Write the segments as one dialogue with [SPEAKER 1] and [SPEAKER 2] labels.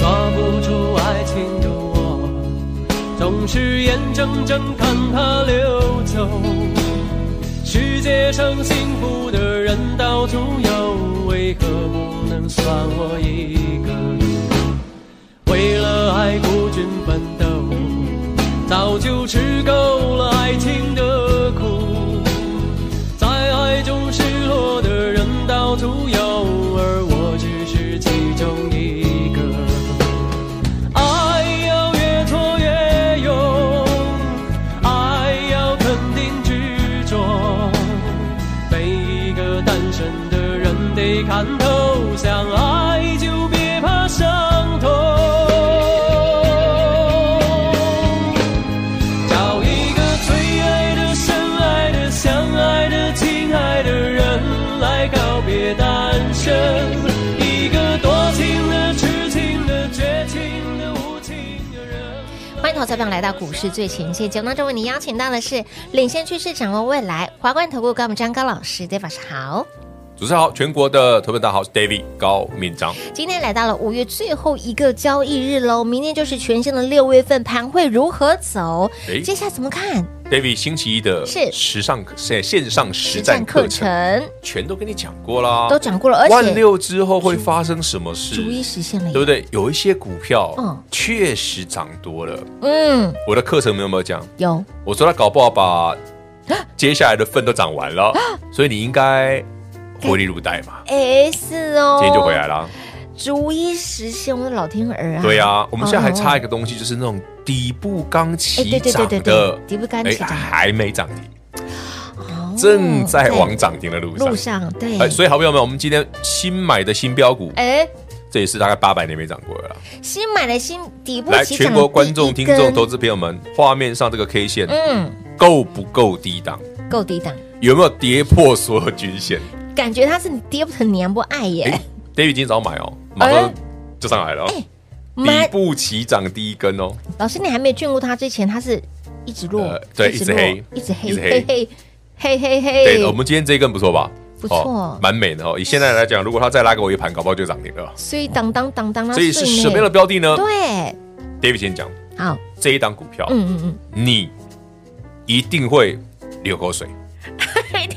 [SPEAKER 1] 抓不住爱情的我，总是眼睁睁看它溜走。世界上幸福的人到处有，为何不能算我一个？为了爱孤军奋斗，早就吃够了爱情的苦。在爱中失落的人到处有，而我只是其中一个。爱要越挫越勇，爱要肯定执着。每一个单身的人得看透，想爱就别怕伤痛。找一个最爱的、深爱的、相爱的、亲爱的人来告别单身，一个多情的、痴情的、绝情的、无情的人。
[SPEAKER 2] 欢迎投资朋友来到股市最前线节目当中，为您邀请到的是领先趋势、掌握未来华冠投顾高我们张高老师，大家晚上好。
[SPEAKER 3] 主持人好，全国的投票大家好，我是 David 高敏章。
[SPEAKER 2] 今天来到了五月最后一个交易日喽，明天就是全新的六月份盘会如何走？
[SPEAKER 3] 诶
[SPEAKER 2] 接下来怎么看？
[SPEAKER 3] David 星期一的
[SPEAKER 2] 是
[SPEAKER 3] 时尚线线上实战课程，全都跟你讲过啦，
[SPEAKER 2] 都讲过了，而
[SPEAKER 3] 万
[SPEAKER 2] 且
[SPEAKER 3] 六之后会发生什么事
[SPEAKER 2] 逐，一实现了，
[SPEAKER 3] 对不？对？有一些股票
[SPEAKER 2] 嗯
[SPEAKER 3] 确实涨多了，
[SPEAKER 2] 嗯，
[SPEAKER 3] 我的课程有没有讲？
[SPEAKER 2] 有
[SPEAKER 3] 我说他搞不好把接下来的份都涨完了，
[SPEAKER 2] 啊
[SPEAKER 3] 所以你应该获利入袋嘛。
[SPEAKER 2] S 哦，
[SPEAKER 3] 今天就回来，啦。
[SPEAKER 2] 逐一实现，我的老天儿啊！
[SPEAKER 3] 对啊，我们现在还差一
[SPEAKER 2] 个，
[SPEAKER 3] 个东西，就是那种底部刚
[SPEAKER 2] 哎
[SPEAKER 3] 起
[SPEAKER 2] 对对对
[SPEAKER 3] 涨
[SPEAKER 2] 对
[SPEAKER 3] 的哎
[SPEAKER 2] 对，底部刚起涨
[SPEAKER 3] 还没涨停。
[SPEAKER 2] 哦
[SPEAKER 3] 正在往涨停的路
[SPEAKER 2] 对
[SPEAKER 3] 上
[SPEAKER 2] 路。上，对，
[SPEAKER 3] 哎，所以好朋友们，我们今天新买的新标股，
[SPEAKER 2] 哎，
[SPEAKER 3] 这也是大概八百年没涨过了啦。
[SPEAKER 2] 新买的新底部
[SPEAKER 3] 来，
[SPEAKER 2] 起
[SPEAKER 3] 全
[SPEAKER 2] 涨
[SPEAKER 3] 国观众、
[SPEAKER 2] 第一
[SPEAKER 3] 听
[SPEAKER 2] 根
[SPEAKER 3] 众、投资朋友们，画面上这个 K 线
[SPEAKER 2] 嗯，
[SPEAKER 3] 够不够低档？
[SPEAKER 2] 够低档，
[SPEAKER 3] 有没有跌破所有均线？
[SPEAKER 2] 感觉它是跌不疼娘不爱耶
[SPEAKER 3] 哎，，David 今天早上买哦，马上就上来了哦，
[SPEAKER 2] 哎
[SPEAKER 3] 底部起涨第一根哦，
[SPEAKER 2] 老师，你还没有眷顾它之前，它是一直落
[SPEAKER 3] 呃，对
[SPEAKER 2] 落一
[SPEAKER 3] 一
[SPEAKER 2] 直
[SPEAKER 3] 直
[SPEAKER 2] 黑，
[SPEAKER 3] 黑
[SPEAKER 2] 嘿嘿嘿嘿
[SPEAKER 3] 对，我
[SPEAKER 2] 嘿，
[SPEAKER 3] 们今天这一根不错吧？
[SPEAKER 2] 哎不错
[SPEAKER 3] 哦蛮美的哦。以现在来讲，如果它再拉给我一盘，搞不好就涨停了。
[SPEAKER 2] 所以当当当当，
[SPEAKER 3] 所以是
[SPEAKER 2] 它顺
[SPEAKER 3] 什么样的
[SPEAKER 2] 啊呢？
[SPEAKER 3] 标的呢
[SPEAKER 2] 对，
[SPEAKER 3] ？David 先讲
[SPEAKER 2] 好，
[SPEAKER 3] 这一档股票，
[SPEAKER 2] 嗯嗯
[SPEAKER 3] 你一定会流口 水，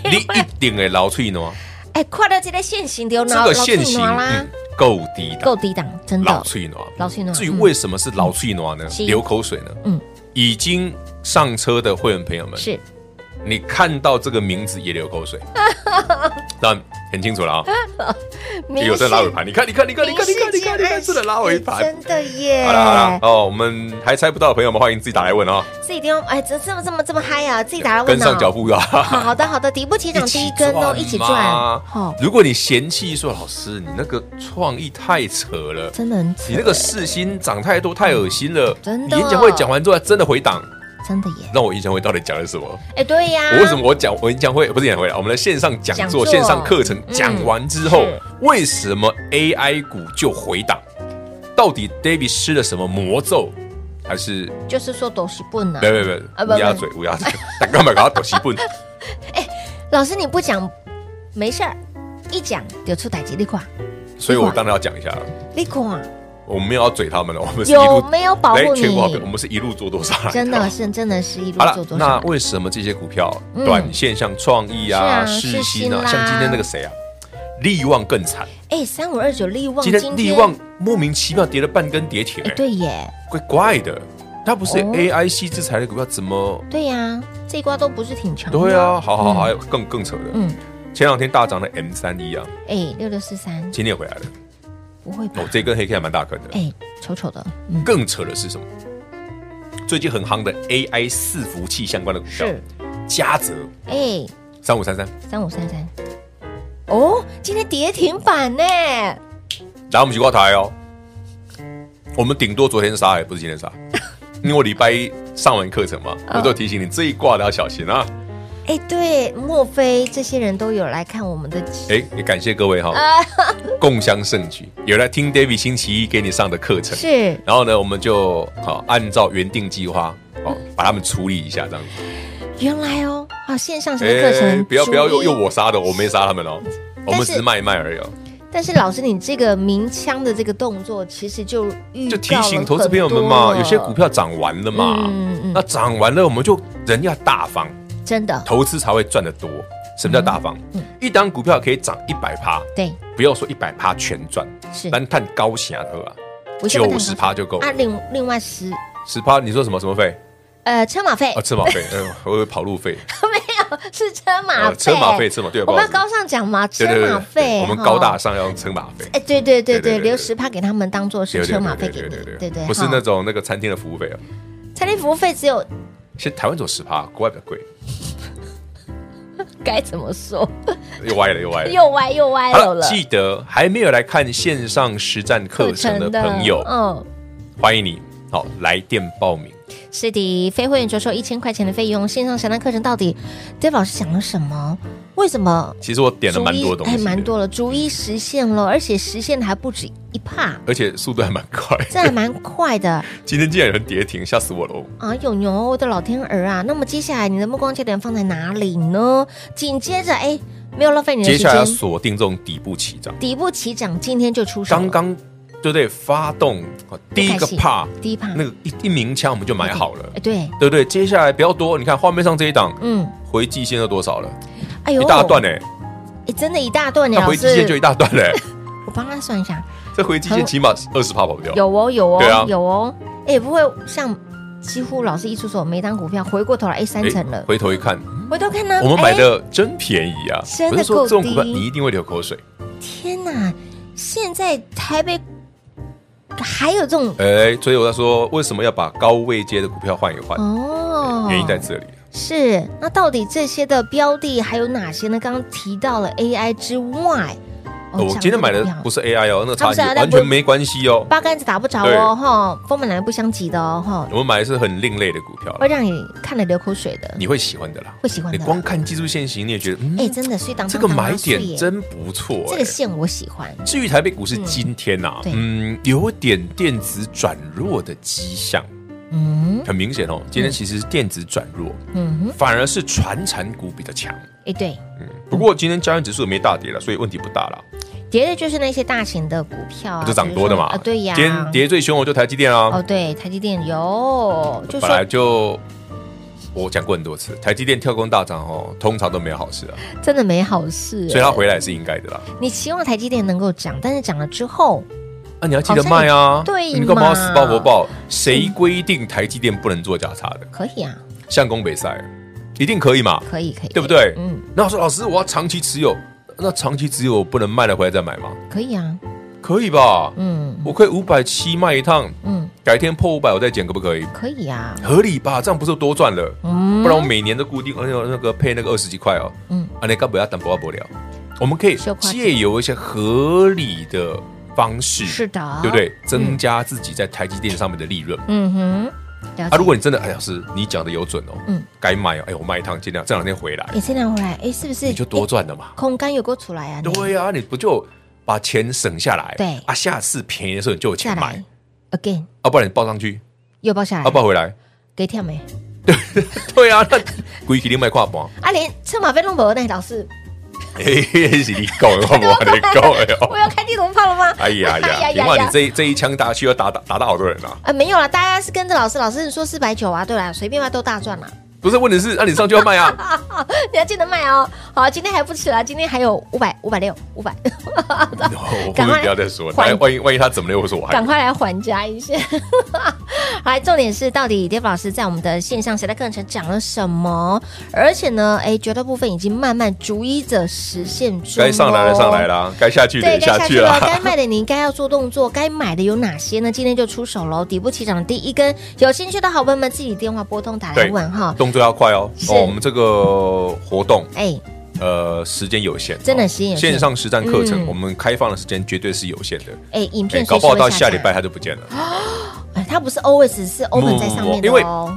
[SPEAKER 3] 你一定会老脆喏。
[SPEAKER 2] 嗯，哎，快乐这个现行丢
[SPEAKER 3] 这
[SPEAKER 2] 脑，
[SPEAKER 3] 个现
[SPEAKER 2] 脑
[SPEAKER 3] 行
[SPEAKER 2] 啦
[SPEAKER 3] 嗯，够低的，
[SPEAKER 2] 够低档，真
[SPEAKER 3] 老
[SPEAKER 2] 的，
[SPEAKER 3] 脆喏。
[SPEAKER 2] 老脆喏
[SPEAKER 3] 至于
[SPEAKER 2] 嗯
[SPEAKER 3] 为什么是老脆喏呢
[SPEAKER 2] 是？
[SPEAKER 3] 流口水呢？
[SPEAKER 2] 嗯，
[SPEAKER 3] 已经上车的会员朋友们，
[SPEAKER 2] 是
[SPEAKER 3] 你看到这个名字也流 口水，但很清楚了啊，有在拉尾盘。你看，你看，你看，你看，你看，你看，你看，是的，拉尾盘。
[SPEAKER 2] 哎真的耶！
[SPEAKER 3] 好了好了，哦，我们还猜不到的朋友们，欢迎自己打来问啊，
[SPEAKER 2] 自己丢，哎，这这么这么这么嗨啊！自己打来问
[SPEAKER 3] 跟上
[SPEAKER 2] 哦
[SPEAKER 3] 脚。步 啊。
[SPEAKER 2] 好的好的，底部起涨第一根哦，一起赚
[SPEAKER 3] 嘛，
[SPEAKER 2] 哦，
[SPEAKER 3] 如果你嫌弃说老师你那个创意太扯了，
[SPEAKER 2] 真的很扯
[SPEAKER 3] 你那个世新涨太多太恶心了，
[SPEAKER 2] 真的
[SPEAKER 3] 你演讲会讲完之后真的回档，
[SPEAKER 2] 真的耶！
[SPEAKER 3] 那我演讲会到底讲了什么？
[SPEAKER 2] 哎，对呀，
[SPEAKER 3] 我为什么我讲我演讲会不是演讲会了，啊我们的线上讲
[SPEAKER 2] 讲座
[SPEAKER 3] 座、线上课程
[SPEAKER 2] 嗯
[SPEAKER 3] 讲完之后
[SPEAKER 2] 是，
[SPEAKER 3] 为什么 AI 股就回档？到底 David 施了什么魔咒？还是
[SPEAKER 2] 就是说都是笨啊
[SPEAKER 3] 没？有没有没
[SPEAKER 2] 啊
[SPEAKER 3] 有
[SPEAKER 2] 不
[SPEAKER 3] 乌鸦嘴乌鸦嘴， 大干嘛搞到抖西笨？
[SPEAKER 2] 老师你不讲没事儿，一讲就出歹机立垮
[SPEAKER 3] 所以我当然要讲一下了。
[SPEAKER 2] 立垮，
[SPEAKER 3] 我们没有要嘴他们了，我们是一
[SPEAKER 2] 有
[SPEAKER 3] 路
[SPEAKER 2] 没有保护
[SPEAKER 3] 哎
[SPEAKER 2] 你
[SPEAKER 3] 全国好朋友，我们是一路做多上来的，
[SPEAKER 2] 真的是真的是一路
[SPEAKER 3] 好了
[SPEAKER 2] 做，多
[SPEAKER 3] 那
[SPEAKER 2] 少？
[SPEAKER 3] 为什么这些股票
[SPEAKER 2] 嗯
[SPEAKER 3] 短线像创意
[SPEAKER 2] 是啊
[SPEAKER 3] 啊、世新
[SPEAKER 2] 世
[SPEAKER 3] 啊，
[SPEAKER 2] 新啦
[SPEAKER 3] 像今天那个谁啊，力旺更惨，
[SPEAKER 2] 哎，三五二九利旺，
[SPEAKER 3] 今天力旺莫名其妙跌了半根跌停
[SPEAKER 2] 哎，，对耶，
[SPEAKER 3] 怪怪的。它不是
[SPEAKER 2] 哦
[SPEAKER 3] AIC 制裁的股票，怎么？
[SPEAKER 2] 对呀，这一瓜都不是挺强的，
[SPEAKER 3] 对，啊，好好好，还有更更扯的，
[SPEAKER 2] 嗯，
[SPEAKER 3] 前两天大涨的 M 三一啊，
[SPEAKER 2] 哎，六六四三
[SPEAKER 3] 今天也回来了。
[SPEAKER 2] 不会吧
[SPEAKER 3] 哦，？这根黑 K 还蛮大坑的。
[SPEAKER 2] 哎，丑丑的，嗯，
[SPEAKER 3] 更扯的是什么？最近很夯的 AI 伺服器相关的股票
[SPEAKER 2] 是，
[SPEAKER 3] 嘉泽
[SPEAKER 2] 哎，
[SPEAKER 3] 三五三三，
[SPEAKER 2] 三五三三，哦，今天跌停板呢，
[SPEAKER 3] 然后我们去挂台哦。我们顶多昨天杀，也不是今 天杀，因为我礼拜一上完课程嘛，
[SPEAKER 2] 嗯
[SPEAKER 3] 我都提醒你这一挂的要小心啊。
[SPEAKER 2] 哎，对，莫非这些人都有来看我们的？
[SPEAKER 3] 哎，也感谢各位哈、
[SPEAKER 2] 啊
[SPEAKER 3] 共襄盛举，有来听 David 星期一给你上的课程。
[SPEAKER 2] 是
[SPEAKER 3] 然后呢，我们就好、按照原定计划哦，
[SPEAKER 2] 嗯
[SPEAKER 3] 把他们处理一下这样子。
[SPEAKER 2] 原来哦，啊，线上什么课程？
[SPEAKER 3] 哎不要不要
[SPEAKER 2] 注
[SPEAKER 3] 用
[SPEAKER 2] 意
[SPEAKER 3] 用我杀的，我没杀他们哦，我们只是卖一卖而已哦。
[SPEAKER 2] 但是老师，你这个鸣枪的这个动作，其实就预
[SPEAKER 3] 就提
[SPEAKER 2] 告
[SPEAKER 3] 醒
[SPEAKER 2] 嗯了
[SPEAKER 3] 投资
[SPEAKER 2] 很
[SPEAKER 3] 朋友们
[SPEAKER 2] 多
[SPEAKER 3] 嘛，
[SPEAKER 2] 了
[SPEAKER 3] 有些股票涨完了嘛，
[SPEAKER 2] 嗯嗯
[SPEAKER 3] 那涨完了我们就人要大方，
[SPEAKER 2] 真的
[SPEAKER 3] 投资才会赚得多。什么叫大方？
[SPEAKER 2] 嗯
[SPEAKER 3] 一档股票可以涨一百趴，
[SPEAKER 2] 对，
[SPEAKER 3] 不要说一百趴全赚，
[SPEAKER 2] 是
[SPEAKER 3] 单探高下的啊，
[SPEAKER 2] 我先问
[SPEAKER 3] 九
[SPEAKER 2] 他
[SPEAKER 3] 十趴就够了
[SPEAKER 2] 啊。。另另外十
[SPEAKER 3] 十趴你说什么什么费？
[SPEAKER 2] 呃车马费
[SPEAKER 3] 哦，车马 费，嗯，我有跑路费，
[SPEAKER 2] 没有是车马
[SPEAKER 3] 呃
[SPEAKER 2] 费，
[SPEAKER 3] 车马费，车马对，
[SPEAKER 2] 我
[SPEAKER 3] 不
[SPEAKER 2] 们要
[SPEAKER 3] 好意思
[SPEAKER 2] 高尚讲嘛，车
[SPEAKER 3] 对对对
[SPEAKER 2] 马
[SPEAKER 3] 对
[SPEAKER 2] 费，
[SPEAKER 3] 我们
[SPEAKER 2] 哈
[SPEAKER 3] 高大。上要用车马费。
[SPEAKER 2] 哎，对对对
[SPEAKER 3] 对对
[SPEAKER 2] 对，
[SPEAKER 3] 对
[SPEAKER 2] 留
[SPEAKER 3] 对
[SPEAKER 2] 十趴给他们当做是车马费给你，对对，
[SPEAKER 3] 不是
[SPEAKER 2] 哈
[SPEAKER 3] 那种那个餐厅的服务费啊。
[SPEAKER 2] 餐厅服务费只有
[SPEAKER 3] 其实台湾走十趴，国外比较贵，
[SPEAKER 2] 该怎么说，
[SPEAKER 3] 又歪了又歪了。
[SPEAKER 2] 又歪又歪
[SPEAKER 3] 好
[SPEAKER 2] 了
[SPEAKER 3] 了，记得还没有来看线上实战课程的朋友，
[SPEAKER 2] 嗯。
[SPEAKER 3] 欢迎你，好来电报名。
[SPEAKER 2] 是的，非会员着收一千块钱的费用，线上详谈课程到底 Dave 老师讲了什么？为什么
[SPEAKER 3] 其实我点了
[SPEAKER 2] 逐
[SPEAKER 3] 蛮
[SPEAKER 2] 一
[SPEAKER 3] 多东西，
[SPEAKER 2] 哎，蛮多，了，逐一实现了，而且实现的还不止一帕，
[SPEAKER 3] 而且速度还蛮快。
[SPEAKER 2] 这还蛮快的。
[SPEAKER 3] 今天竟然有人跌停，吓死我了！
[SPEAKER 2] 啊，有牛，我的老天儿啊！那么接下来你的目光焦点放在哪里呢？紧接着，哎，没有浪费你的
[SPEAKER 3] 接
[SPEAKER 2] 时
[SPEAKER 3] 下来要
[SPEAKER 2] 间，
[SPEAKER 3] 锁定这种底部起涨，
[SPEAKER 2] 底部起涨，今天就出手了。
[SPEAKER 3] 刚刚对不对？发动哦第一个
[SPEAKER 2] 开始
[SPEAKER 3] 帕，
[SPEAKER 2] 第一帕，
[SPEAKER 3] 那个一一鸣枪我们就买好了，
[SPEAKER 2] 哎，对，
[SPEAKER 3] 对不对？接下来不要多，你看画面上这一档
[SPEAKER 2] 嗯，
[SPEAKER 3] 回季线都多少了？
[SPEAKER 2] 哎呦，
[SPEAKER 3] 一大段呢，
[SPEAKER 2] 哎，真的，一大段呢，
[SPEAKER 3] 那
[SPEAKER 2] 老
[SPEAKER 3] 回季线就
[SPEAKER 2] 师
[SPEAKER 3] 一，大段 嘞，
[SPEAKER 2] 我帮他算一下，
[SPEAKER 3] 这回季线起码二十趴跑不掉。
[SPEAKER 2] 有哦，有哦，
[SPEAKER 3] 对啊
[SPEAKER 2] 有哦，哎，不会像几乎老师一出手，每单股票回过头来，哎，三
[SPEAKER 3] 哎
[SPEAKER 2] 成了，
[SPEAKER 3] 回头一看，
[SPEAKER 2] 回头看呢，
[SPEAKER 3] 我们
[SPEAKER 2] 哎
[SPEAKER 3] 买的真便宜啊！
[SPEAKER 2] 真的
[SPEAKER 3] 我是说这种股票
[SPEAKER 2] 够低
[SPEAKER 3] 你一定会流口水。
[SPEAKER 2] 天哪，现在台北还有这种
[SPEAKER 3] 哎，所以我在说，为什么要把高位接的股票换一换？
[SPEAKER 2] 哦，
[SPEAKER 3] 呃原因在这里。
[SPEAKER 2] 是，那到底这些的标的还有哪些呢？刚刚提到了 AI 之外，哦
[SPEAKER 3] 呃我今天买的不
[SPEAKER 2] 是
[SPEAKER 3] 是 AI 哦，那个差
[SPEAKER 2] 它不是啊
[SPEAKER 3] 异
[SPEAKER 2] 那
[SPEAKER 3] 完
[SPEAKER 2] 不
[SPEAKER 3] 全没关系哦。
[SPEAKER 2] 八竿子打不着
[SPEAKER 3] 对
[SPEAKER 2] 哦，哈，风本来不相及的哦，哈，
[SPEAKER 3] 我们买的是很另类的股票啦，
[SPEAKER 2] 会让你看了流口水的，
[SPEAKER 3] 你会喜欢的啦。
[SPEAKER 2] 会喜欢
[SPEAKER 3] 你
[SPEAKER 2] 的。
[SPEAKER 3] 光看技术线型，你也觉得，
[SPEAKER 2] 哎，
[SPEAKER 3] 嗯，
[SPEAKER 2] 真的，所以当
[SPEAKER 3] 这个
[SPEAKER 2] 当当
[SPEAKER 3] 买
[SPEAKER 2] 当所以
[SPEAKER 3] 点真不错。
[SPEAKER 2] 这
[SPEAKER 3] 哎
[SPEAKER 2] 个线我喜欢，
[SPEAKER 3] 至于台北股市今天呐、
[SPEAKER 2] 对
[SPEAKER 3] 嗯，有点电子转弱的迹象，
[SPEAKER 2] 嗯
[SPEAKER 3] 很明显哦。今天其实是电子转弱，
[SPEAKER 2] 嗯哼，
[SPEAKER 3] 反而是传产股比较强。
[SPEAKER 2] 哎，对，
[SPEAKER 3] 不过今天加元指数也没大跌了，所以问题不大了，
[SPEAKER 2] 跌的就是那些大型的股票啊，
[SPEAKER 3] 就涨
[SPEAKER 2] 比如
[SPEAKER 3] 多的
[SPEAKER 2] 说
[SPEAKER 3] 嘛。
[SPEAKER 2] 啊，对呀，
[SPEAKER 3] 今天跌最凶我就台积电啊
[SPEAKER 2] 哦，，对，台积电有，就
[SPEAKER 3] 本
[SPEAKER 2] 说
[SPEAKER 3] 来就我讲过很多次，台积电跳空大涨哦，通常都没有好事啊，
[SPEAKER 2] 真的没好事，哎
[SPEAKER 3] 所以它回来是应该的啦。
[SPEAKER 2] 你希望台积电能够涨，但是涨了之后，
[SPEAKER 3] 啊，你要记得卖啊
[SPEAKER 2] 好像也，对嘛
[SPEAKER 3] 你干嘛要死抱活抱？谁规定台积电不能做价差的？
[SPEAKER 2] 可以啊，
[SPEAKER 3] 像工北赛一定可以嘛？
[SPEAKER 2] 可以，可以，
[SPEAKER 3] 对不对？
[SPEAKER 2] 嗯，
[SPEAKER 3] 那我说老师，我要长期持有，那长期持有我不能卖了回来再买吗？
[SPEAKER 2] 可以啊，
[SPEAKER 3] 可以吧？
[SPEAKER 2] 嗯
[SPEAKER 3] 我可以五百七卖一趟，
[SPEAKER 2] 嗯，
[SPEAKER 3] 改天破五百我再减，可不可以？
[SPEAKER 2] 可以啊，
[SPEAKER 3] 合理吧？这样不是多赚了？
[SPEAKER 2] 嗯，
[SPEAKER 3] 不然我每年都固定，而且那个配那个二十几块哦，
[SPEAKER 2] 嗯
[SPEAKER 3] 嗯，啊，那干不要等不要不了，我们可以
[SPEAKER 2] 修夸张
[SPEAKER 3] 借由一些合理的方式，
[SPEAKER 2] 是的，
[SPEAKER 3] 对不？对？增加自己在台积电上面的利润。
[SPEAKER 2] 嗯哼，了解。
[SPEAKER 3] 啊，如果你真的，哎，老师，你讲的有准哦，
[SPEAKER 2] 嗯
[SPEAKER 3] 嗯，该卖哦，哎，我卖一趟，尽量这两天回来，
[SPEAKER 2] 你现在回来，哎，是不是
[SPEAKER 3] 你就多
[SPEAKER 2] 哎
[SPEAKER 3] 赚了嘛。
[SPEAKER 2] 空间有够出来啊？你
[SPEAKER 3] 对啊，你不就把钱省下来？
[SPEAKER 2] 对
[SPEAKER 3] 啊，下次便宜的时候你就有
[SPEAKER 2] 下
[SPEAKER 3] 钱买
[SPEAKER 2] 来，again
[SPEAKER 3] 啊，不然你报上去，
[SPEAKER 2] 又包下来，
[SPEAKER 3] 啊，报回来。
[SPEAKER 2] 给跳没？
[SPEAKER 3] 对啊，那 规矩你卖跨盘，
[SPEAKER 2] 啊，连车马费弄不呢？老师，
[SPEAKER 3] 嘿嘿，哎是你讲的，我我你讲的哦
[SPEAKER 2] 我。要开地图炮了吗？
[SPEAKER 3] 哎呀呀，平话你这一这一枪打下去要打打打到好多人啊！
[SPEAKER 2] 啊，没有啦，大家是跟着老师，老师说四百九啊，对啦，随便卖都大赚 啦。
[SPEAKER 3] 不是，问题是，那你上去要 卖啊，
[SPEAKER 2] 你要记得卖哦。好，今天还不迟啊啦，今天还有五百、五百六、五百，
[SPEAKER 3] 哎我不是不要再说了，
[SPEAKER 2] 赶快
[SPEAKER 3] 万一万一万一他怎么了，我说我还
[SPEAKER 2] 赶快来还价一下。 好，重点是到底 Dave 老师在我们的线上学贷课程讲了什么？而且呢，哎，绝大部分已经慢慢逐一的实现中、哦。
[SPEAKER 3] 该上来的上来。啦，该下去的
[SPEAKER 2] 对，
[SPEAKER 3] 也
[SPEAKER 2] 该下
[SPEAKER 3] 下
[SPEAKER 2] 去
[SPEAKER 3] 去
[SPEAKER 2] 了，
[SPEAKER 3] 啦。
[SPEAKER 2] 该卖的你应该要做动作，该买的有哪些呢？今天就出手喽，底部起涨的第一根，有兴趣的好朋友们自己电话拨通打来
[SPEAKER 3] 对
[SPEAKER 2] 问哈。
[SPEAKER 3] 动作要快哦
[SPEAKER 2] 是
[SPEAKER 3] 哦，我们这个活动
[SPEAKER 2] 哎，
[SPEAKER 3] 呃时间有限，
[SPEAKER 2] 真的时间有限
[SPEAKER 3] 线上实战课程
[SPEAKER 2] 嗯
[SPEAKER 3] 我们开放的时间绝对是有限的，
[SPEAKER 2] 哎，影片
[SPEAKER 3] 搞
[SPEAKER 2] 随时
[SPEAKER 3] 不好
[SPEAKER 2] 会
[SPEAKER 3] 到
[SPEAKER 2] 架
[SPEAKER 3] 下礼拜它就不见了。
[SPEAKER 2] 哎，它不是 always 是 open 在上面的
[SPEAKER 3] 因为
[SPEAKER 2] 哦。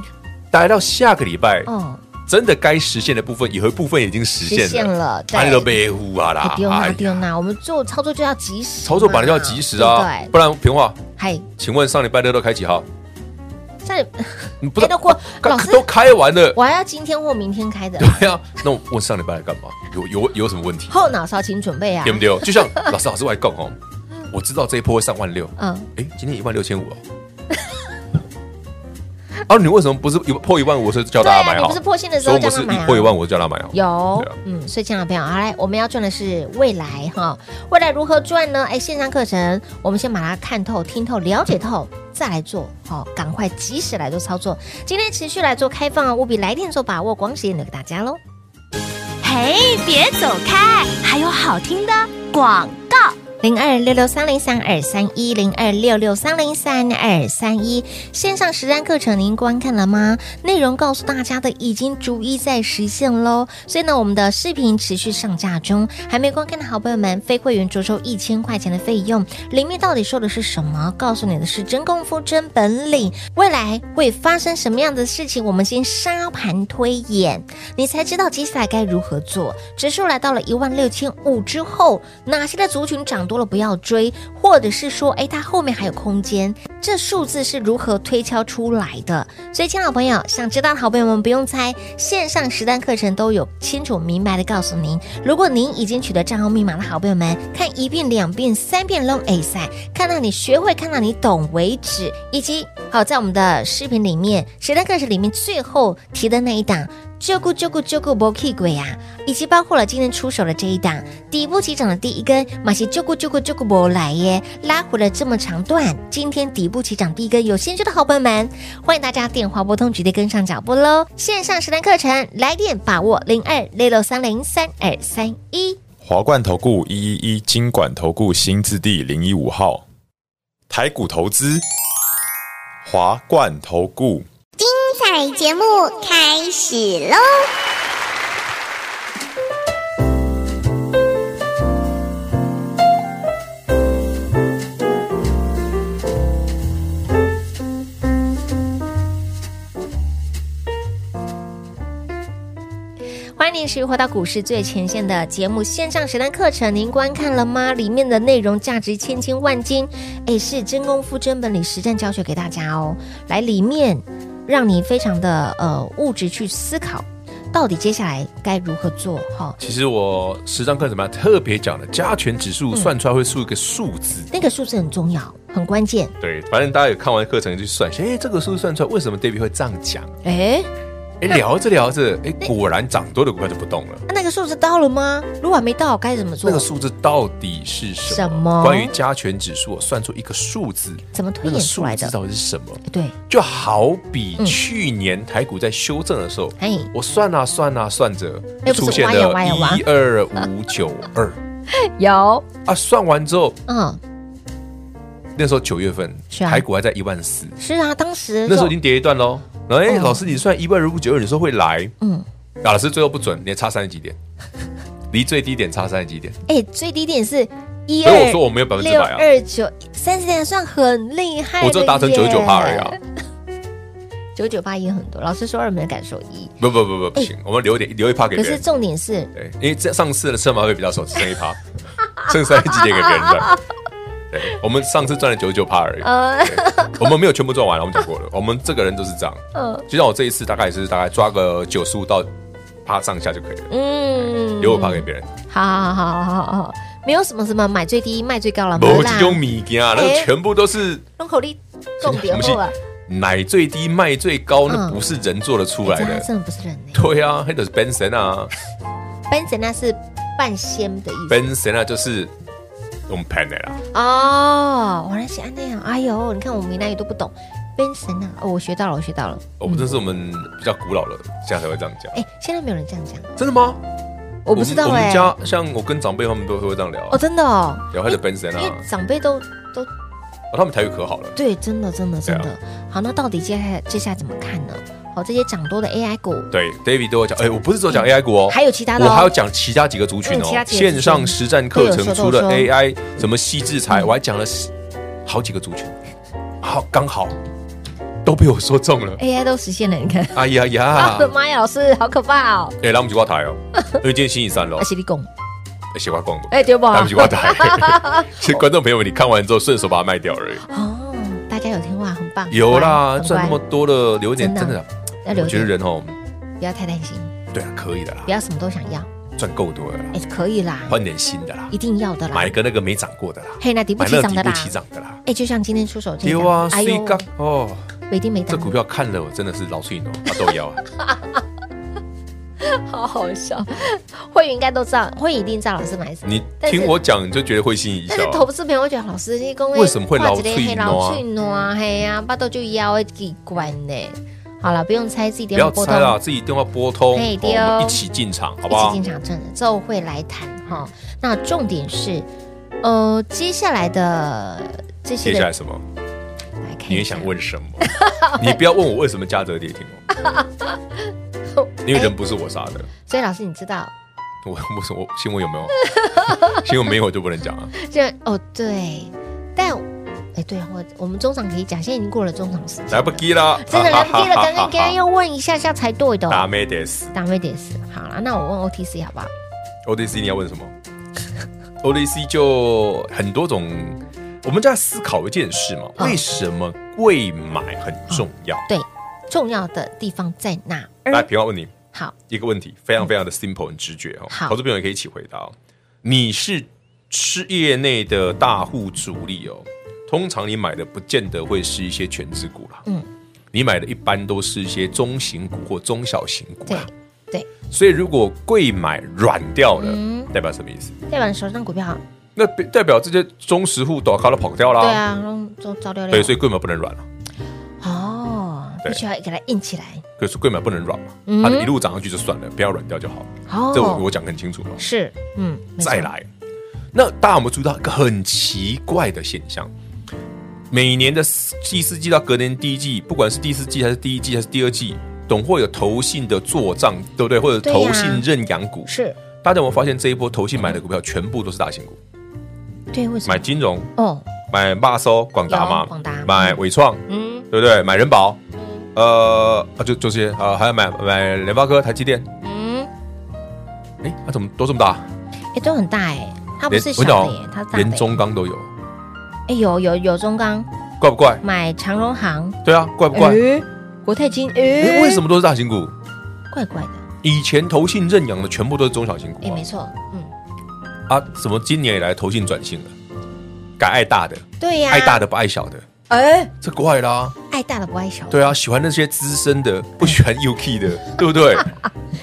[SPEAKER 3] 待到下个礼拜，
[SPEAKER 2] 哦，
[SPEAKER 3] 真的该实现的部分，有一部分已经实现了，
[SPEAKER 2] 实现了对
[SPEAKER 3] 那都被糊啊啦
[SPEAKER 2] 哎，丢
[SPEAKER 3] 哎
[SPEAKER 2] 那
[SPEAKER 3] 呀
[SPEAKER 2] 丢那，我们做操作就要及时嘛，
[SPEAKER 3] 操作本来就要及时
[SPEAKER 2] 嗯
[SPEAKER 3] 啊
[SPEAKER 2] 对，不
[SPEAKER 3] 不然平话，
[SPEAKER 2] 对，嗨，
[SPEAKER 3] 请问上礼拜六都开几号？
[SPEAKER 2] 下礼
[SPEAKER 3] 你不知
[SPEAKER 2] 哎
[SPEAKER 3] 道
[SPEAKER 2] 都过老师
[SPEAKER 3] 都开完了，
[SPEAKER 2] 我还要今天或明天开的，
[SPEAKER 3] 对呀，那我问上礼拜来干嘛？有有有什么 问题？
[SPEAKER 2] 后脑勺请准备啊
[SPEAKER 3] 对。不对？就像 老师老师外讲哦，我知道这一波会上万六，
[SPEAKER 2] 嗯，
[SPEAKER 3] 哎，今天一万六千五 哦。啊，你为什么不是一破一万五，所以叫
[SPEAKER 2] 对
[SPEAKER 3] 大家
[SPEAKER 2] 啊，
[SPEAKER 3] 买
[SPEAKER 2] 你
[SPEAKER 3] 好
[SPEAKER 2] 不是？破线的时
[SPEAKER 3] 所以
[SPEAKER 2] 候
[SPEAKER 3] 我
[SPEAKER 2] 叫
[SPEAKER 3] 们
[SPEAKER 2] 他
[SPEAKER 3] 是
[SPEAKER 2] 买
[SPEAKER 3] 一
[SPEAKER 2] 啊
[SPEAKER 3] 破一万五，我就叫他买好。
[SPEAKER 2] 有
[SPEAKER 3] 对啊，
[SPEAKER 2] 嗯，所以亲爱的朋友，好来，我们要赚的是未来哈，未来如何赚呢？哎，线上课程我们先把它看透、听透、了解透，再来做，好、赶快及时来做操作。今天持续来做开放啊，务必来电做把握，光时也留给大家喽。
[SPEAKER 4] 嘿，别走开，还有好听的广告。
[SPEAKER 2] 零二六六三零三二三一零二六六三零三二三一线上实战课程您观看了吗？内容告诉大家的已经逐一在实现喽，所以呢，我们的视频持续上架中，还没观看的好朋友们，非会员着收一千块钱的费用，里面到底说的是什么？告诉你的是真功夫、真本领，未来会发生什么样的事情，我们先沙盘推演。你才知道接下来该如何做。指数来到了一万六千五之后，哪些的族群涨多了不要追，或者是说，哎，它后面还有空间，这数字是如何推敲出来的？所以，亲爱的朋友，想知道的好朋友们不用猜，线上实战课程都有清楚明白的告诉您。如果您已经取得账号密码的好朋友们，看一遍、两遍、三遍 Long A 赛，看到你学会，看到你懂为止，以及好在我们的视频里面实战课程里面最后提的那一档。就顾就顾就顾不 k 鬼啊，以及包括了今天出手的这一档底部起涨的第一根，马西就顾就顾就顾不来耶，拉回了这么长段，今天底部起涨第一根，有兴趣的好朋友们，欢迎大家电话拨通，直接跟上脚步喽！线上实战课程来电把握零二六六三零三二三一。
[SPEAKER 5] 华冠投顾一一一金管投顾新字第零一五号，台股投资，华冠投顾。
[SPEAKER 6] 彩节目开始喽！
[SPEAKER 2] 欢迎持续回到股市最前线的节目线上实战课程，您观看了吗？里面的内容价值千金万金，哎，是真功夫、真本领、实战教学给大家哦。来，里面让你非常的呃物质去思考，到底接下来该如何做哈、
[SPEAKER 3] 其实我实战课怎么样特别讲的，加权指
[SPEAKER 2] 嗯
[SPEAKER 3] 数算出来会出一个数字。
[SPEAKER 2] 那个数字很重要，很关键。
[SPEAKER 3] 对，反正大家有看完课程就去算一下，哎，这个数字算出来为什么 David 会这样讲？
[SPEAKER 2] 哎，
[SPEAKER 3] 哎，聊着聊着，哎，果然涨多的股票就不动了。
[SPEAKER 2] 那个数字到了吗？如果还没到，该怎么做？
[SPEAKER 3] 那个数字到底是什么？
[SPEAKER 2] 什么
[SPEAKER 3] 关于加权指数，我算出一个数字，
[SPEAKER 2] 怎么推
[SPEAKER 3] 那个
[SPEAKER 2] 演
[SPEAKER 3] 数
[SPEAKER 2] 出来
[SPEAKER 3] 字
[SPEAKER 2] 的？
[SPEAKER 3] 到底是什么？
[SPEAKER 2] 对，
[SPEAKER 3] 就好比去年台股在修正的时候，
[SPEAKER 2] 哎，
[SPEAKER 3] 我算啊算啊算着
[SPEAKER 2] 哎，不是
[SPEAKER 3] 出现
[SPEAKER 2] 挖呀
[SPEAKER 3] 了
[SPEAKER 2] 挖呀挖
[SPEAKER 3] 一二五九二
[SPEAKER 2] 有，
[SPEAKER 3] 啊，算完之后，
[SPEAKER 2] 嗯，
[SPEAKER 3] 那时候九月份
[SPEAKER 2] 是啊
[SPEAKER 3] 台股还在一万四，
[SPEAKER 2] 是啊，当时
[SPEAKER 3] 那时
[SPEAKER 2] 就
[SPEAKER 3] 候已经跌一段喽。然后哎，
[SPEAKER 2] 嗯
[SPEAKER 3] 老师你算一万二五九二，你说会来？
[SPEAKER 2] 嗯，
[SPEAKER 3] 啊，老师最后不准，你差三十几点， 离最低点差三十几点。
[SPEAKER 2] 哎、最低点是一
[SPEAKER 3] 所
[SPEAKER 2] 二，
[SPEAKER 3] 以我说我没有百分之
[SPEAKER 2] 六
[SPEAKER 3] 百啊，
[SPEAKER 2] 二九三十点算很厉害了耶，
[SPEAKER 3] 我只有达成九九八而已啊。
[SPEAKER 2] 九九八也很多。老师说二门感受一，
[SPEAKER 3] 不不不不不行，我们留一点留一趴给
[SPEAKER 2] 可
[SPEAKER 3] 别
[SPEAKER 2] 是
[SPEAKER 3] 人。
[SPEAKER 2] 重点是
[SPEAKER 3] 对，因为这上次的车马费比较少，只剩一趴，剩三十几点给别人 赚。对，我们上次赚了九十九趴而已。
[SPEAKER 2] 呃
[SPEAKER 3] 对我们没有全部赚完了，我们讲过了。我们这个人都是这样，
[SPEAKER 2] 呃
[SPEAKER 3] 就像我这一次大概也是大概抓个九十五到趴上下就可以了，
[SPEAKER 2] 嗯，
[SPEAKER 3] 留我趴给别人。
[SPEAKER 2] 好好好好好好，没有什么什么买最低卖最高了，
[SPEAKER 3] 某
[SPEAKER 2] 啊没
[SPEAKER 3] 几
[SPEAKER 2] 啦嗯
[SPEAKER 3] 种米件哎啊，那个
[SPEAKER 2] 哎
[SPEAKER 3] 全部都是
[SPEAKER 2] 弄口力重点后啊，
[SPEAKER 3] 奶最低卖最高，那
[SPEAKER 2] 嗯
[SPEAKER 3] 不是人做得出
[SPEAKER 2] 哎
[SPEAKER 3] 来
[SPEAKER 2] 这还
[SPEAKER 3] 的。
[SPEAKER 2] 真的不是人呢、
[SPEAKER 3] 对啊，那就是 Benson 啊
[SPEAKER 2] Benson 那是半仙的意思
[SPEAKER 3] ，Benson 啊，就是用 pen 的啦。
[SPEAKER 2] 哦，我来写那样，哎呦，你看我们那也都不懂。Benson 啊，哦，我学到了，我学到了。
[SPEAKER 3] 哦，这是我们比较古老的，现在才会这样讲。
[SPEAKER 2] 哎、现在没有人这样讲，
[SPEAKER 3] 真的吗？
[SPEAKER 2] 我不知道
[SPEAKER 3] 我们
[SPEAKER 2] 哎、
[SPEAKER 3] 我们家像我跟长辈他们都会这样聊啊
[SPEAKER 2] 哦，，真的哦，
[SPEAKER 3] 聊他的 Benson
[SPEAKER 2] 因
[SPEAKER 3] 啊
[SPEAKER 2] 为，长辈都都
[SPEAKER 3] 哦他们台语可好了。
[SPEAKER 2] 对，真的，真的，
[SPEAKER 3] 对
[SPEAKER 2] 真
[SPEAKER 3] 啊
[SPEAKER 2] 的。好，那到底接下来接下来怎么看呢？哦，这些涨多的 AI 股，
[SPEAKER 3] 对，David 都有讲，哎，我不是只有讲 AI 股哦，
[SPEAKER 2] 还有其他的哦
[SPEAKER 3] 哦我还要讲其他几个族群
[SPEAKER 2] 嗯
[SPEAKER 3] 哦
[SPEAKER 2] 其他。几个族群
[SPEAKER 3] 线上实战课
[SPEAKER 2] 都有说嗯
[SPEAKER 3] 程除
[SPEAKER 2] 都
[SPEAKER 3] 了
[SPEAKER 2] 有说
[SPEAKER 3] AI，什么细制裁，我还讲了十好几个族群，好，刚好都被我说中了。
[SPEAKER 2] AI 都实现了，你看，
[SPEAKER 3] 哎呀呀
[SPEAKER 2] 我，的 妈呀，老师好可怕哦！
[SPEAKER 3] 哎，那我们去挂台哦，因为今天星期三喽
[SPEAKER 2] 啊，，是你讲，
[SPEAKER 3] 喜欢逛的，
[SPEAKER 2] 哎，对
[SPEAKER 3] 那我
[SPEAKER 2] 吧
[SPEAKER 3] 们？去挂台。 其实观众朋友们，你看完之后顺手把它卖掉而已。
[SPEAKER 2] 哦，大家有听话，很棒，
[SPEAKER 3] 有啦，
[SPEAKER 2] 很乖
[SPEAKER 3] 赚那么，多了，留一点
[SPEAKER 2] 真
[SPEAKER 3] 真
[SPEAKER 2] 的
[SPEAKER 3] 的，
[SPEAKER 2] 很乖要留
[SPEAKER 3] 我觉得
[SPEAKER 2] 点，
[SPEAKER 3] 人哦，
[SPEAKER 2] 不要太担心，
[SPEAKER 3] 对啊，可以的啦
[SPEAKER 2] 不，要什么都想要，
[SPEAKER 3] 赚够多了啦，
[SPEAKER 2] 哎，可以啦，
[SPEAKER 3] 换点新的啦
[SPEAKER 2] 一，定要的啦
[SPEAKER 3] 买，个那个没涨过的啦，
[SPEAKER 2] 嘿，那底不
[SPEAKER 3] 买
[SPEAKER 2] 起
[SPEAKER 3] 那
[SPEAKER 2] 涨的
[SPEAKER 3] 个底
[SPEAKER 2] 啦
[SPEAKER 3] 部，起涨的啦。
[SPEAKER 2] 哎，就像今天出手这哎
[SPEAKER 3] 丢
[SPEAKER 2] 样
[SPEAKER 3] 啊，，碎杠哦，
[SPEAKER 2] 我一定没
[SPEAKER 3] 这
[SPEAKER 2] 涨，
[SPEAKER 3] 股票看了我真的是老碎脑， 他都要啊。
[SPEAKER 2] 好好笑，会员应该都知道，会员一定知道老师买什么，
[SPEAKER 3] 你
[SPEAKER 2] 但是
[SPEAKER 3] 听我讲，你就觉得会心一
[SPEAKER 2] 但是
[SPEAKER 3] 笑啊。
[SPEAKER 2] 投资朋友会觉得老师你讲的
[SPEAKER 3] 为什么会
[SPEAKER 2] 话
[SPEAKER 3] 老
[SPEAKER 2] 一个嘿
[SPEAKER 3] 脆喏啊
[SPEAKER 2] 老脆喏啊？嘿呀，巴豆就腰的机关呢。好了，不用猜自己
[SPEAKER 3] 不
[SPEAKER 2] 电话
[SPEAKER 3] 要
[SPEAKER 2] 拨
[SPEAKER 3] 猜
[SPEAKER 2] 通，
[SPEAKER 3] 啦，自己电话拨通，
[SPEAKER 2] 嘿
[SPEAKER 3] 哦
[SPEAKER 2] 哎丢
[SPEAKER 3] 我们一起进场，好不
[SPEAKER 2] 一起
[SPEAKER 3] 好
[SPEAKER 2] 进？场证的之后会来谈哈。那重点是，呃，接下来的这些
[SPEAKER 3] 接下来
[SPEAKER 2] 的
[SPEAKER 3] 什么？
[SPEAKER 2] 来看
[SPEAKER 3] 你
[SPEAKER 2] 一
[SPEAKER 3] 也
[SPEAKER 2] 下
[SPEAKER 3] 想，问什 么？你不要问我为什么嘉泽跌停哦， 因为人不是我杀的。
[SPEAKER 2] 所以老师你知道，
[SPEAKER 3] 我我我新闻有没 有？新闻没有就不能讲啊。
[SPEAKER 2] 这哦对，但哎对，我我们中场可以讲，现在已经过了中场时间，
[SPEAKER 3] 来不，及啦，
[SPEAKER 2] 真的来不及了，刚刚刚刚
[SPEAKER 3] 用
[SPEAKER 2] 要问一下下才对的哦，
[SPEAKER 3] 打没得死。
[SPEAKER 2] 打没点事，好了，那我问 OTC 好不好？
[SPEAKER 3] ODC 你要问什么 ？ODC 就很多种，我们在思考一件事嘛，
[SPEAKER 2] 嗯
[SPEAKER 3] 为什么贵买很重要？
[SPEAKER 2] 对，重要的地方在哪
[SPEAKER 3] 来，
[SPEAKER 2] 儿？
[SPEAKER 3] 平浩问你
[SPEAKER 2] 好，
[SPEAKER 3] 一个问题，非常非常的 simple，很直觉哦。
[SPEAKER 2] 好
[SPEAKER 3] 投资朋友也可以一起回答、哦。你是吃业内的大户主力哦，通常你买的不见得会是一些全职股啦，
[SPEAKER 2] 嗯，
[SPEAKER 3] 你买的一般都是一些中型股或中小型股
[SPEAKER 2] 对
[SPEAKER 3] 啦。
[SPEAKER 2] 对，
[SPEAKER 3] 所以如果贵买软掉了，
[SPEAKER 2] 嗯
[SPEAKER 3] 代表什么意思？
[SPEAKER 2] 代表你手上股票，
[SPEAKER 3] 那表代表这些中实户短咖都跑掉啦。
[SPEAKER 2] 对啊，弄做照料料，
[SPEAKER 3] 对，所以贵买不能软啊了。
[SPEAKER 2] 哦，
[SPEAKER 3] 对
[SPEAKER 2] 必须要给它硬起来，
[SPEAKER 3] 可是贵买不能软嘛
[SPEAKER 2] 嗯，
[SPEAKER 3] 它一路涨上去就算了，不要软掉就好。
[SPEAKER 2] 哦，
[SPEAKER 3] 这我我讲很清楚嘛。
[SPEAKER 2] 是，嗯，没错
[SPEAKER 3] 再，来，那大家有没有注意到一个很奇怪的现象？每年的第四季到隔年第一季，不管是第四季还是第一季还是第二季，总会有投信的做账，对不对？或者
[SPEAKER 2] 对呀
[SPEAKER 3] 投信认养股。
[SPEAKER 2] 是
[SPEAKER 3] 大家有没有发现这一波投信买的股票全部都是大型股，
[SPEAKER 2] 对，为什么
[SPEAKER 3] 买？金融、
[SPEAKER 2] 哦，
[SPEAKER 3] 买霸收、广达嘛
[SPEAKER 2] 有广达，
[SPEAKER 3] 买伟创，
[SPEAKER 2] 嗯
[SPEAKER 3] 对不对？买人保，呃，啊，就就这些啊，还要买买联发科、台积电。
[SPEAKER 2] 嗯，
[SPEAKER 3] 哎，它、怎么都这么大？
[SPEAKER 2] 哎，都很大哎，它不
[SPEAKER 3] 连
[SPEAKER 2] 是小
[SPEAKER 3] 我讲
[SPEAKER 2] 的耶
[SPEAKER 3] 哦，
[SPEAKER 2] 它是大
[SPEAKER 3] 连
[SPEAKER 2] 的耶，
[SPEAKER 3] 中钢都有，
[SPEAKER 2] 哎，有有有中钢
[SPEAKER 3] 怪不怪？
[SPEAKER 2] 买长荣行，
[SPEAKER 3] 对啊，怪不怪？
[SPEAKER 2] 哎，国泰金，哎
[SPEAKER 3] 诶为什么都是大型股？
[SPEAKER 2] 怪怪的？
[SPEAKER 3] 以前投信认养的全部都是中小型股
[SPEAKER 2] 哎，
[SPEAKER 3] 啊
[SPEAKER 2] 没，错，嗯，
[SPEAKER 3] 啊什么今年以来投信转型了，改爱大的，
[SPEAKER 2] 对啊呀，
[SPEAKER 3] 爱大的不爱小的，
[SPEAKER 2] 哎，
[SPEAKER 3] 这怪啦。
[SPEAKER 2] 爱大的不爱小的，
[SPEAKER 3] 啊对啊，喜欢那些资深的，不喜欢 UK 的，对不对？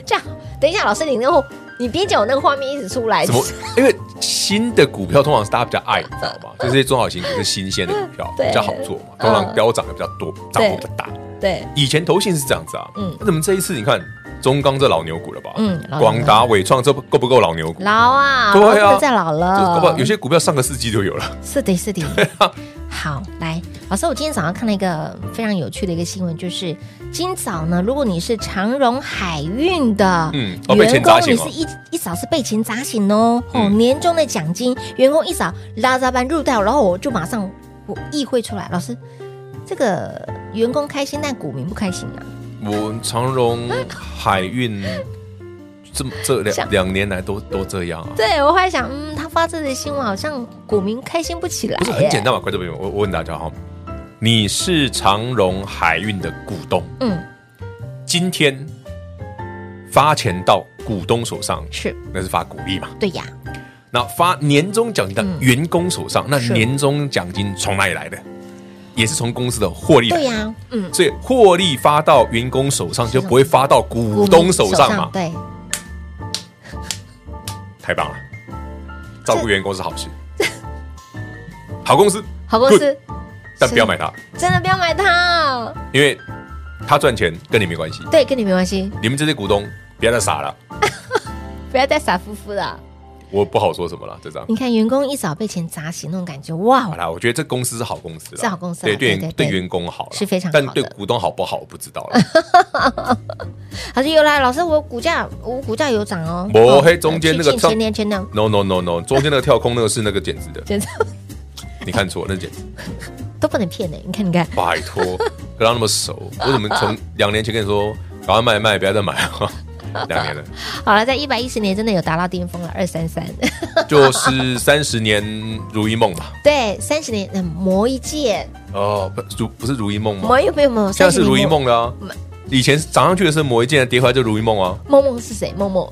[SPEAKER 2] 这样，等一下，老师，你那后你边讲，我那个画面一直出来，
[SPEAKER 3] 怎么？因为新的股票通常是大家比较爱，你知道吗？ 嗯就是这些中小型股是新鲜的股票，
[SPEAKER 2] 对
[SPEAKER 3] 比较好做嘛，通常飙涨的比较多，涨幅比较大。
[SPEAKER 2] 对，
[SPEAKER 3] 以前投信是这样子啊，
[SPEAKER 2] 嗯
[SPEAKER 3] 那怎么这一次你看中钢这老牛股了吧？
[SPEAKER 2] 嗯老牛
[SPEAKER 3] 广达、伟创这够不够老牛股？
[SPEAKER 2] 老啊，
[SPEAKER 3] 对啊
[SPEAKER 2] 老不能再老
[SPEAKER 3] 这
[SPEAKER 2] 了，
[SPEAKER 3] 搞不好有些股啊票上个世纪就有了。
[SPEAKER 2] 是的， 是的。好，来，老师，我今天早上看了一个非常有趣的一个新闻，就是今早呢，如果你是长荣海运的，
[SPEAKER 3] 嗯哦被
[SPEAKER 2] 员
[SPEAKER 3] 钱
[SPEAKER 2] 工
[SPEAKER 3] 砸，醒
[SPEAKER 2] 你
[SPEAKER 3] 哦
[SPEAKER 2] 是一一早是被钱砸醒哦，哦，
[SPEAKER 3] 嗯
[SPEAKER 2] 年终的奖金，员工一早拉闸班入袋，然后我就马上我意会出来，老师，这个员工开心，但股民不开心啊，
[SPEAKER 3] 我长荣海 运这么这两
[SPEAKER 2] 像
[SPEAKER 3] 两年来都都这样啊，
[SPEAKER 2] 对我后来想，嗯，他发这个新闻好像股民开心不起来耶，
[SPEAKER 3] 不是很简单嘛？观众朋友们，我我问大家哈、你是长荣海运的股东，
[SPEAKER 2] 嗯，
[SPEAKER 3] 今天发钱到股东手上，
[SPEAKER 2] 是
[SPEAKER 3] 那是发股利嘛？
[SPEAKER 2] 对呀，
[SPEAKER 3] 那发年终奖金到
[SPEAKER 2] 嗯
[SPEAKER 3] 员工手上，那
[SPEAKER 2] 是
[SPEAKER 3] 年终奖金从哪里来的？也是从公司的获利来
[SPEAKER 2] 对
[SPEAKER 3] 的。
[SPEAKER 2] 呀，嗯，
[SPEAKER 3] 所以获利发到员工手上，就不会发到股东手上嘛？
[SPEAKER 2] 对。
[SPEAKER 3] 太棒了，照顾员工是好事，好公司，
[SPEAKER 2] 好公司
[SPEAKER 3] Good，但不要买它，
[SPEAKER 2] 真的不要买它，哦
[SPEAKER 3] 因为他赚钱跟你没关系。
[SPEAKER 2] 对，跟你没关系，
[SPEAKER 3] 你们这些股东不要再傻了，
[SPEAKER 2] 不要再傻乎乎的。
[SPEAKER 3] 我不好说什么了，这张。
[SPEAKER 2] 你看员工一早被钱砸醒那种感觉，哇哦
[SPEAKER 3] 好，啦，我觉得这公司是好公司啦，
[SPEAKER 2] 是好公司啦
[SPEAKER 3] 对
[SPEAKER 2] 对
[SPEAKER 3] 对
[SPEAKER 2] 对
[SPEAKER 3] 对
[SPEAKER 2] 对
[SPEAKER 3] 员工好啦
[SPEAKER 2] 是非常好的
[SPEAKER 3] 但对股东好不好我不知道了。
[SPEAKER 2] 他说有啦，老师，我股价我股价有涨哦，
[SPEAKER 3] 没
[SPEAKER 2] 哦
[SPEAKER 3] 嘿中间那
[SPEAKER 2] 去
[SPEAKER 3] 个
[SPEAKER 2] 去
[SPEAKER 3] 上
[SPEAKER 2] 前年前年
[SPEAKER 3] No no no no，中间那个跳空那个是那个减值的，
[SPEAKER 2] 简直
[SPEAKER 3] 你看错，那是减值。
[SPEAKER 2] 都不能骗的，你看你看，
[SPEAKER 3] 拜托， 跟他那么熟，我怎么从两年前跟你说赶快卖卖，不要再买了？ 两年了，
[SPEAKER 2] 好了，在一百一十年真的有达到巅峰了，二三 三，
[SPEAKER 3] 就是三十年如意梦吧？
[SPEAKER 2] 对，三十年嗯磨一剑，
[SPEAKER 3] 哦，不如不是如意梦吗？
[SPEAKER 2] 磨一没有没有，
[SPEAKER 3] 现在
[SPEAKER 2] 30
[SPEAKER 3] 是
[SPEAKER 2] 年
[SPEAKER 3] 如意，梦了啊。以前涨上去的是魔一剑，跌回来就如意梦啊，
[SPEAKER 2] 梦梦是谁？梦梦，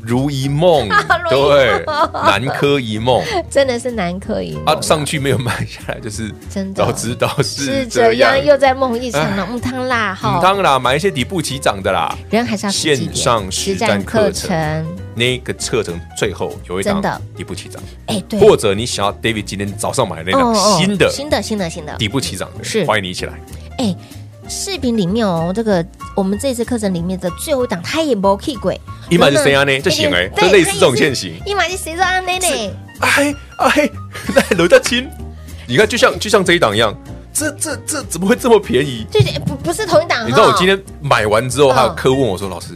[SPEAKER 3] 如意梦
[SPEAKER 2] 如意
[SPEAKER 3] 对，南柯一梦
[SPEAKER 2] 真的是南柯一梦
[SPEAKER 3] 啊，上去没有慢下来，就是
[SPEAKER 2] 真的
[SPEAKER 3] 早知道
[SPEAKER 2] 是这
[SPEAKER 3] 是这样啊
[SPEAKER 2] 样，。又在梦一场了，木汤啦
[SPEAKER 3] 嗯，
[SPEAKER 2] 哈，
[SPEAKER 3] 当然啦，买一些底部起涨的啦，
[SPEAKER 2] 人还是要实际点
[SPEAKER 3] 线上
[SPEAKER 2] 实
[SPEAKER 3] 实
[SPEAKER 2] 战
[SPEAKER 3] 战
[SPEAKER 2] 课
[SPEAKER 3] 课程
[SPEAKER 2] 程，
[SPEAKER 3] 那个课程最后有一
[SPEAKER 2] 真
[SPEAKER 3] 档
[SPEAKER 2] 的
[SPEAKER 3] 底部起涨，
[SPEAKER 2] 哎对，
[SPEAKER 3] 或者你想要 David 今天早上买哎的那档
[SPEAKER 2] 哦哦
[SPEAKER 3] 新的
[SPEAKER 2] 新的新的新的
[SPEAKER 3] 底部起涨的，
[SPEAKER 2] 是
[SPEAKER 3] 欢迎你一起来。
[SPEAKER 2] 哎，视频里面哦，这个我们这次课程里面的最后一档，他也没 K 鬼，
[SPEAKER 3] 一买就谁啊呢？这行哎，这类似这种现行，
[SPEAKER 2] 一买就谁说啊内内，
[SPEAKER 3] 哎哎， 那刘大清，你看就像就像这一档一样，这这这怎么会这么便宜？
[SPEAKER 2] 就是不不是同一档哦，
[SPEAKER 3] 你知道我今天买完之后，
[SPEAKER 2] 嗯
[SPEAKER 3] 还有客户问我说：“老师，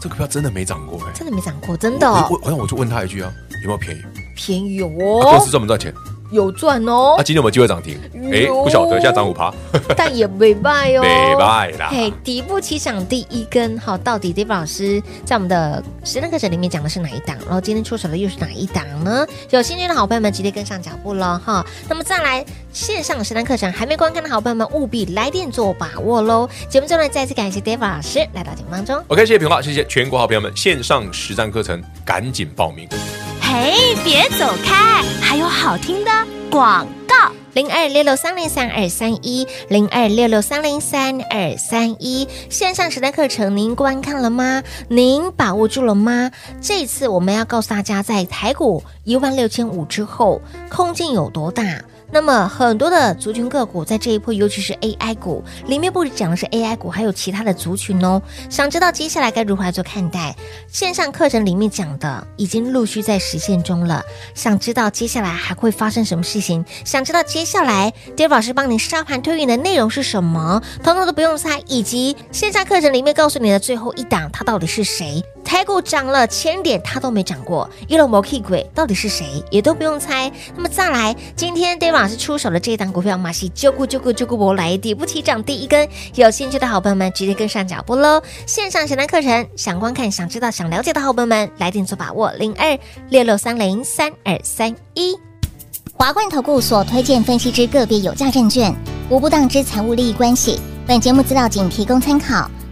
[SPEAKER 3] 这个票真的没涨过哎。
[SPEAKER 2] 真的没涨过，真的
[SPEAKER 3] 我”
[SPEAKER 2] 哦
[SPEAKER 3] 我好像我就问他一句啊，有没有便宜？
[SPEAKER 2] 便宜
[SPEAKER 3] 啊公
[SPEAKER 2] 哦
[SPEAKER 3] 司，赚不赚钱？
[SPEAKER 2] 有赚哦
[SPEAKER 3] 啊，，今天有没有机会涨停？哎，
[SPEAKER 2] 哟
[SPEAKER 3] 不晓得，现在涨五趴，
[SPEAKER 2] 但也没败哦，
[SPEAKER 3] 没卖啦。
[SPEAKER 2] 嘿，底部起涨第一根，好，到底 David 老师在我们的实战课程里面讲的是哪一档？然后今天出手的又是哪一档呢？有兴趣的好朋友们直接跟上脚步喽，哈。那么再来线上实战课程还没观看的好朋友们，务必来电做把握喽。节目最后呢，再次感谢 David 老师来到节目当中。
[SPEAKER 3] OK，谢谢平话，谢谢全国好朋友们，线上实战课程赶紧报名。
[SPEAKER 7] 嘿，别走开，还有好听的广告。
[SPEAKER 2] 零二六六三零三二三一，零二六六三零三二三一。线上实战课程您观看了吗？您把握住了吗？这次我们要告诉大家，在台股一万六千五之后，空间有多大？那么很多的族群个股在这一波，尤其是 AI 股，里面不止讲的是 AI 股，还有其他的族群哦。想知道接下来该如何来做看待？线上课程里面讲的已经陆续在实现中了。想知道接下来还会发生什么事情？想知道接下来 d a v 老师帮你沙盘推演的内容是什么？通通都不用猜，以及线上课程里面告诉你的最后一档，它到底是谁？台股涨了千点，它都没涨过，一龙魔 K 鬼到底是谁，也都不用猜。那么再来，今天 d a v 老师出手的这一档股票，马西救顾救顾救顾我来底部起涨第一根，有兴趣的好朋友们直接跟上脚步喽！线上选单课程，想观看、想知道、想了解的好朋友们，来电做把握零二六六三零三二三一。
[SPEAKER 6] 华冠投顾所推荐分析之个别有价证券，无不当之财务利益关系。本节目资料仅提供参考，